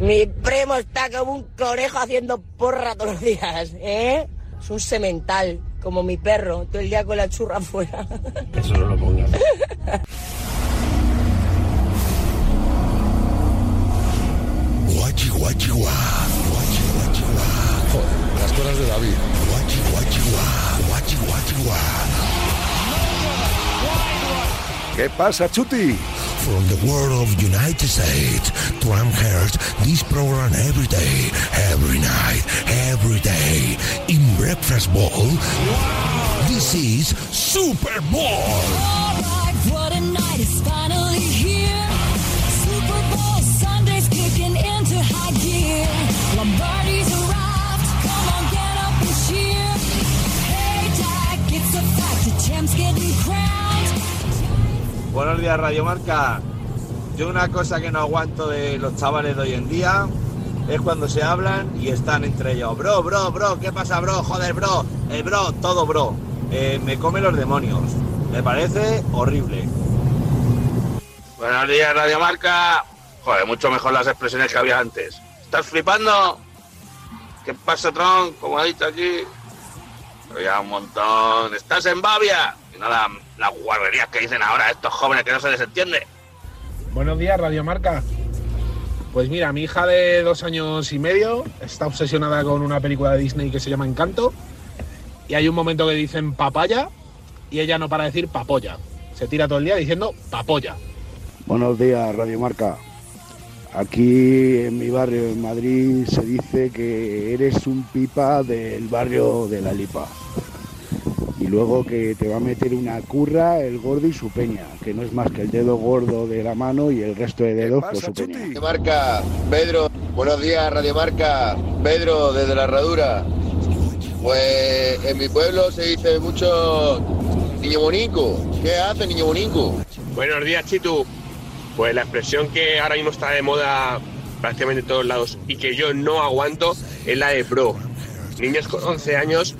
Mi primo está como un conejo haciendo porra todos los días, ¿eh? Es un semental, como mi perro, todo el día con la churra afuera. Eso no lo pongas. Guachi, guachi, guá. Guachi, guachi, guá. Joder, las cosas de David. Guachi, guachi, guá. Guachi, guachi, guá. ¿Qué pasa, Chuti? From the world of United States to Amherst, this program every day, every night, every day. In Breakfast Ball, this is Super Bowl. Alright, what a night is finally here. Super Bowl Sunday's kicking into high gear. Lombardi's arrived. Come on, get up and cheer. Hey, Jack, it's a fact. The champ's getting crowned. Buenos días, Radio Marca. Yo una cosa que no aguanto de los chavales de hoy en día es cuando se hablan y están entre ellos. Bro, bro, bro, ¿qué pasa, bro? Joder, bro, eh, bro, todo, bro. Eh, me come los demonios. Me parece horrible. Buenos días, Radio Marca. Joder, mucho mejor las expresiones que había antes. ¿Estás flipando? ¿Qué pasa, Tron? Como ha dicho aquí. Pero ya un montón. ¡Estás en Bavia! Y nada, las guarderías que dicen ahora estos jóvenes que no se les entiende. Buenos días, Radio Marca. Pues mira, mi hija de dos años y medio está obsesionada con una película de Disney que se llama Encanto. Y hay un momento que dicen papaya y ella no para decir papolla. Se tira todo el día diciendo papolla. Buenos días, Radio Marca. Aquí en mi barrio, en Madrid, se dice que eres un pipa del barrio de la Lipa. Y luego que te va a meter una curra el gordo y su peña, que no es más que el dedo gordo de la mano y el resto de dedos por su peña. Radio Marca, Pedro, buenos días Radio Marca, Pedro desde la herradura. Pues en mi pueblo se dice mucho niño bonico. ¿Qué hace niño bonico? Buenos días, Chitu. Pues la expresión que ahora mismo está de moda prácticamente en todos lados y que yo no aguanto es la de bro. Niños con 11 años,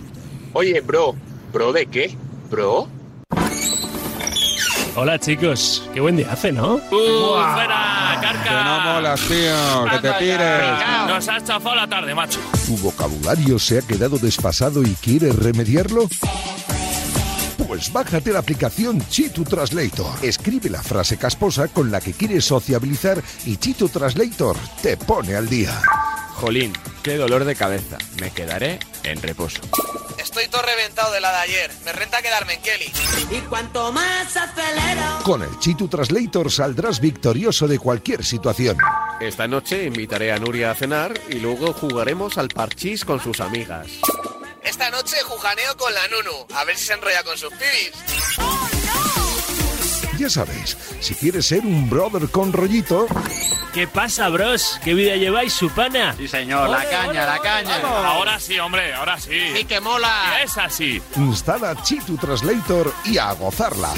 oye, bro, ¿bro de qué? ¿Bro? Hola chicos, qué buen día hace, ¿no? Uh, ¡Fuera, carca! Que no molas, tío. Que te tires. Nos has chafado la tarde, macho. ¿Tu vocabulario se ha quedado desfasado y quieres remediarlo? Pues bájate la aplicación Chitu Translator. Escribe la frase casposa con la que quieres sociabilizar y Chitu Translator te pone al día. Jolín, qué dolor de cabeza. Me quedaré en reposo. Estoy todo reventado de la de ayer. Me renta quedarme en Kelly. Y cuanto más acelero. Con el Chitu Translator saldrás victorioso de cualquier situación. Esta noche invitaré a Nuria a cenar y luego jugaremos al parchís con sus amigas. Esta noche jujaneo con la Nunu. A ver si se enrolla con sus pibis. Ya sabes, si quieres ser un brother con rollito, ¿Qué pasa, bros? ¿Qué vida lleváis, supana? Sí, señor, la caña, la caña. Ahora sí, hombre, ahora sí. ¡Y que mola! Es así. instala Chitu Translator y a gozarla.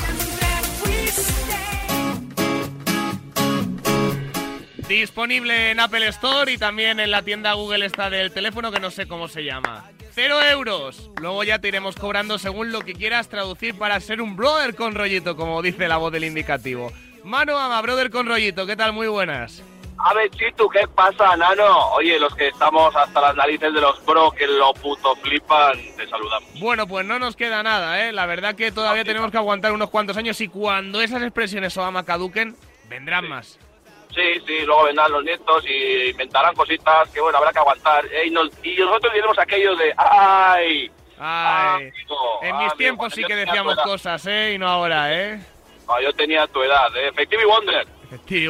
Disponible en Apple Store y también en la tienda Google está del teléfono que no sé cómo se llama. Cero euros. Luego ya te iremos cobrando según lo que quieras traducir para ser un brother con rollito, como dice la voz del indicativo. Mano ama, brother con rollito, ¿qué tal? Muy buenas. A ver, Chitu, ¿qué pasa, nano? Oye, los que estamos hasta las narices de los pro que lo puto flipan, te saludamos. Bueno, pues no nos queda nada, ¿eh? La verdad que todavía tenemos que aguantar unos cuantos años y cuando esas expresiones Obama caduquen, vendrán más. Sí, sí, luego vendrán los nietos y inventarán cositas que, bueno, habrá que aguantar. Eh, Y, nos- y nosotros diremos aquello de ¡ay! Ay, amigo, en mis amigo, tiempos cuando sí yo que tenía decíamos tu edad. cosas, ¿eh? Y no ahora, ¿eh? No, yo tenía tu edad, ¿eh? Efectivi Wonder. Stevie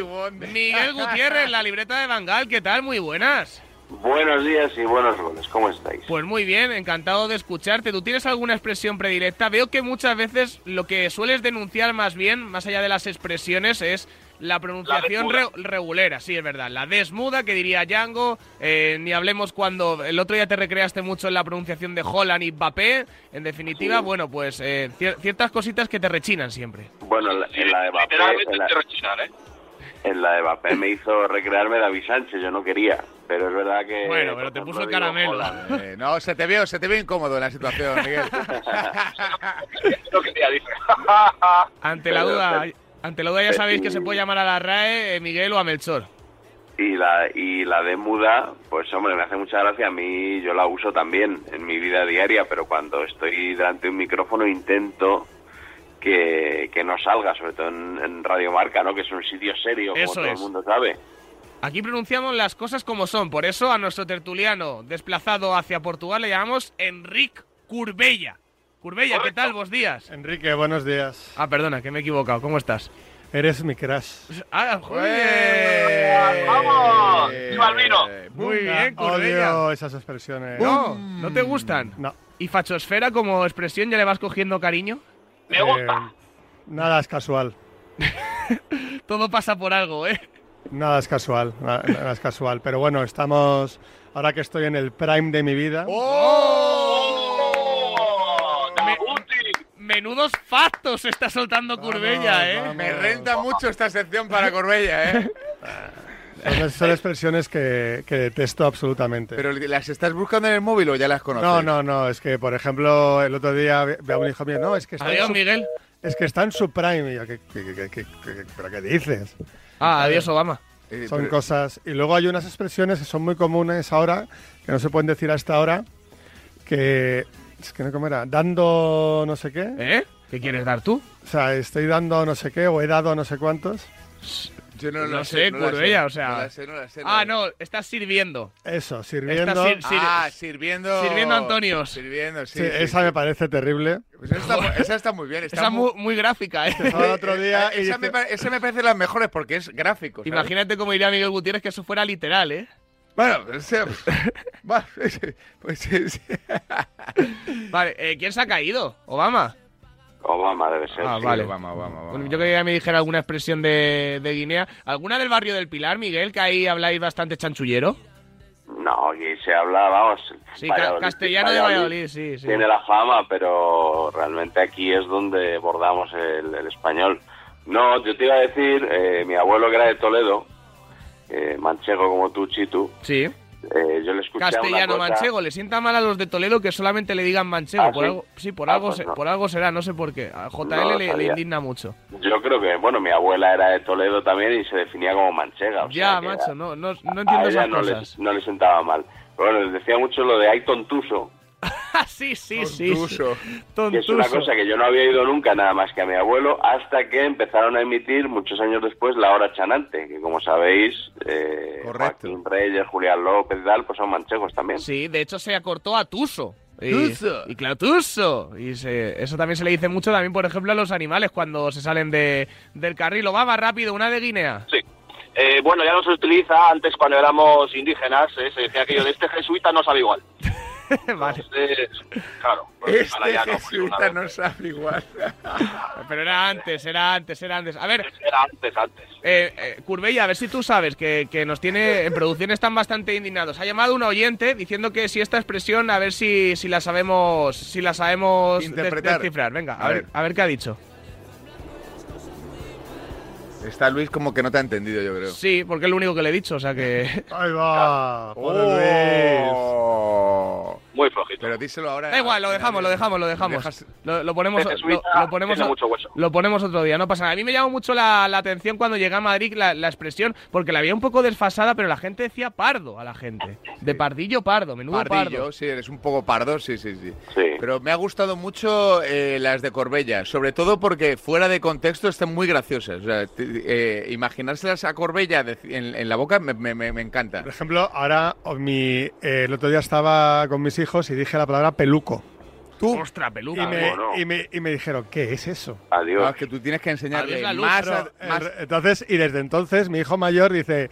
Wonder. Miguel Gutiérrez, la libreta de Bangal, ¿qué tal? Muy buenas. Buenos días y buenos goles, ¿cómo estáis? Pues muy bien, encantado de escucharte. ¿Tú tienes alguna expresión predilecta? Veo que muchas veces lo que sueles denunciar más bien, más allá de las expresiones, es la pronunciación desmuda. re- regulera, sí, es verdad. La desmuda, que diría Django, eh, ni hablemos cuando el otro día te recreaste mucho en la pronunciación de Holland y Mbappé. En definitiva, bueno, pues eh, cier- ciertas cositas que te rechinan siempre. Bueno, en la, en la de Mbappé, Literalmente en la, te rechinan, ¿eh? en la de Mbappé me hizo recrearme David Sánchez, yo no quería, pero es verdad que... Bueno, pero por te ejemplo, puso el digo, caramelo. hola. Eh, no, se te veo, se te veo incómodo en la situación, Miguel. Lo que te dice. Ante la Pero, duda, pero- Este- ante la duda ya sabéis que se puede llamar a la RAE, eh, Miguel o a Melchor. Y la, y la de muda, pues hombre, me hace mucha gracia. A mí yo la uso también en mi vida diaria, pero cuando estoy delante de un micrófono intento que, que no salga, sobre todo en, en Radio Marca, ¿no? que es un sitio serio, como Eso todo es. el mundo sabe. Aquí pronunciamos las cosas como son, por eso a nuestro tertuliano desplazado hacia Portugal le llamamos Enric Curbella. Curbella, ¿qué tal? Buenos días. Enrique, buenos días. Ah, perdona, que me he equivocado. ¿Cómo estás? Eres mi crush. ¡Ah, joder! ¡Vamos! ¡Viva el vino! Eh, Muy Nunca bien, Curbella. Odio esas expresiones. No, ¿no te gustan? No. ¿Y fachosfera como expresión ya le vas cogiendo cariño? Me gusta. Nada es casual. Todo pasa por algo, ¿eh? Nada es casual. na- Nada, es casual. Pero bueno, estamos. Ahora que estoy en el prime de mi vida. Me- Menudos factos se está soltando Curbella, ¿eh? Me Ah. renta mucho esta sección para Corbella, ¿eh? Son, son expresiones que, que detesto absolutamente. Pero las estás buscando en el móvil o ya las conoces. No, no, no. Es que, por ejemplo, el otro día ve- ve a un hijo mío. No, es que está. en Adiós, su- Miguel. Es que está en su prime. Y yo, ¿qué, qué- qué- qué- qué- pero qué dices? Ah, adiós, Obama. Eh, Son cosas. Y luego hay unas expresiones que son muy comunes ahora, que no se pueden decir hasta ahora, que. Es que no, ¿cómo era? Dando no sé qué. ¿Eh? ¿Qué quieres dar tú? O sea, estoy dando no sé qué o he dado no sé cuántos. Yo no, No la sé, no la Curbella, sé. o sea- No la sé, no la sé. no la Ah, sé. no, estás sirviendo. Eso, Estás sirviendo. sir- sir- Ah, sirviendo. Sirviendo a Antonio. Sirviendo, Sí, sí. sí, esa me parece terrible. Pues esa, está, esa está muy bien. Está Esa es muy, muy gráfica, ¿eh? otro día esa, me, pa- esa me parece las mejores porque es gráfico. ¿sabes? Imagínate cómo diría Miguel Gutiérrez que eso fuera literal, ¿eh? Bueno, o sea, va, pues, sí, sí. Vale, eh, ¿quién se ha caído? ¿Obama? Obama debe ser. Ah, sí. vale. Bueno, yo quería que me dijera alguna expresión de, de Guinea. ¿Alguna del barrio del Pilar, Miguel, que ahí habláis bastante chanchullero? No, aquí se habla, vamos. Sí, ca- castellano de Valladolid, sí, sí. Tiene la fama, pero realmente aquí es donde bordamos el, el español. No, yo te iba a decir, eh, mi abuelo que era de Toledo, eh, manchego como tú, Chitu. eh, Sí. yo le escuché Castellano, una cosa- manchego. Le sienta mal a los de Toledo que solamente le digan manchego. Ah, por ¿sí? algo, sí, por, Ah, algo pues se- no. por algo será, no sé por qué. A JL No lo le- le, sabía. indigna mucho. Yo creo que, bueno, mi abuela era de Toledo también y se definía como manchega. o ya, sea que macho, a- no, no, no a entiendo ella esas no le, cosas. no le sentaba mal. Pero bueno, les decía mucho lo de hay tontuso. Ah, sí, sí, sí. Tontuso. Que es Tontuso. una cosa que yo no había ido nunca nada más que a mi abuelo hasta que empezaron a emitir muchos años después la hora chanante, que como sabéis, eh, Joaquín Reyes, Julián López y tal, pues son manchegos también. Sí, de hecho se acortó a Tuso. Y, Tuso. y claro, Tuso. Y se- eso también se le dice mucho también, por ejemplo, a los animales cuando se salen de, del carril. Obama, rápido, una de Guinea. Eh, bueno, ya no se utiliza antes cuando éramos indígenas, eh, se decía aquello de este jesuita no sabe igual. vale. Entonces, claro, pues, ahora Este ya no, pues, una jesuita vez. no sabe igual. Pero era antes, era antes, era antes. A ver, Era antes, antes. eh, eh, Curbella, a ver si tú sabes que, que nos tiene. En producción están bastante indignados. Ha llamado un oyente diciendo que si esta expresión, a ver si, si la sabemos. Si la sabemos des- Interpretar. descifrar. Venga, a, A ver, ver. a ver qué ha dicho. Está Luis como que no te ha entendido, yo creo. Sí, porque es lo único que le he dicho, o sea que. Ahí va. Muy flojito. Oh. Pero díselo ahora. Da igual, lo dejamos, lo dejamos, lo dejamos. Dejas- Lo, lo ponemos, Este lo, suiza lo ponemos, tiene mucho hueso. lo ponemos otro día, no pasa nada. A mí me llamó mucho la, la atención cuando llegué a Madrid la, la expresión, porque la había un poco desfasada, pero la gente decía pardo a la gente. De pardillo pardo, menudo Pardillo, pardo. sí, eres un poco pardo, sí, sí, sí. Pero me ha gustado mucho eh, las de Corbella, sobre todo porque fuera de contexto están muy graciosas. O sea, t- eh, imaginárselas a Corbella de- en, en la boca me, me- me- me encanta. Por ejemplo, ahora o mi, eh, el otro día estaba con mis hijos y dije la palabra peluco. Tú. Ostras, peluca. Y me, y me- y me dijeron, ¿qué Ah, es eso? No, es Ah, que tú tienes que enseñarle Adiós la luz, más, pero, a- Eh, más- Entonces, y desde entonces mi hijo mayor dice,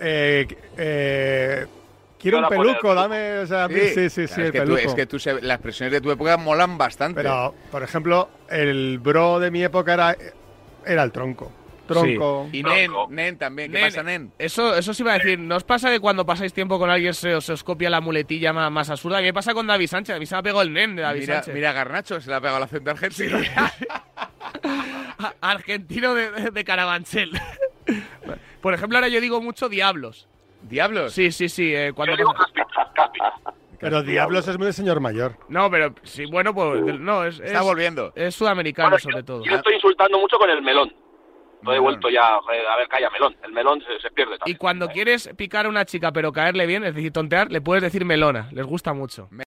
eh, eh, quiero Yo un la ponía peluco, el dame, o sea, sí, sí, Claro, sí, el es, que tú, peluco. es que tú se- las presiones de tu época molan bastante. Pero, por ejemplo, el bro de mi época era, era el tronco. Tronco. Y Nen, Nen también. ¿Qué Nen, pasa, Nen? Eso, eso sí iba a decir, ¿no os pasa que cuando pasáis tiempo con alguien se os, se os copia la muletilla más, más absurda? A mí me pasa con David Sánchez, a mí se me ha pegado el nen de David Mira, Sánchez. mira, Garnacho se la ha pegado el acento argentino. A- Ah, Argentino de, de, de Carabanchel. Por ejemplo, ahora yo digo mucho diablos. ¿Diablos? Sí, sí, sí. eh, cuando pasa- Pero Diablos es muy de señor mayor. No, pero sí, bueno, pues no, es. Está es- volviendo. Ah. Es sudamericano, sobre todo. Yo estoy insultando mucho con el melón. Todo he vuelto ya, joder, a ver, calla, melón. El melón se, se pierde Y cuando quieres picar a una chica pero caerle bien, es decir, tontear, le puedes decir melona. Les gusta mucho.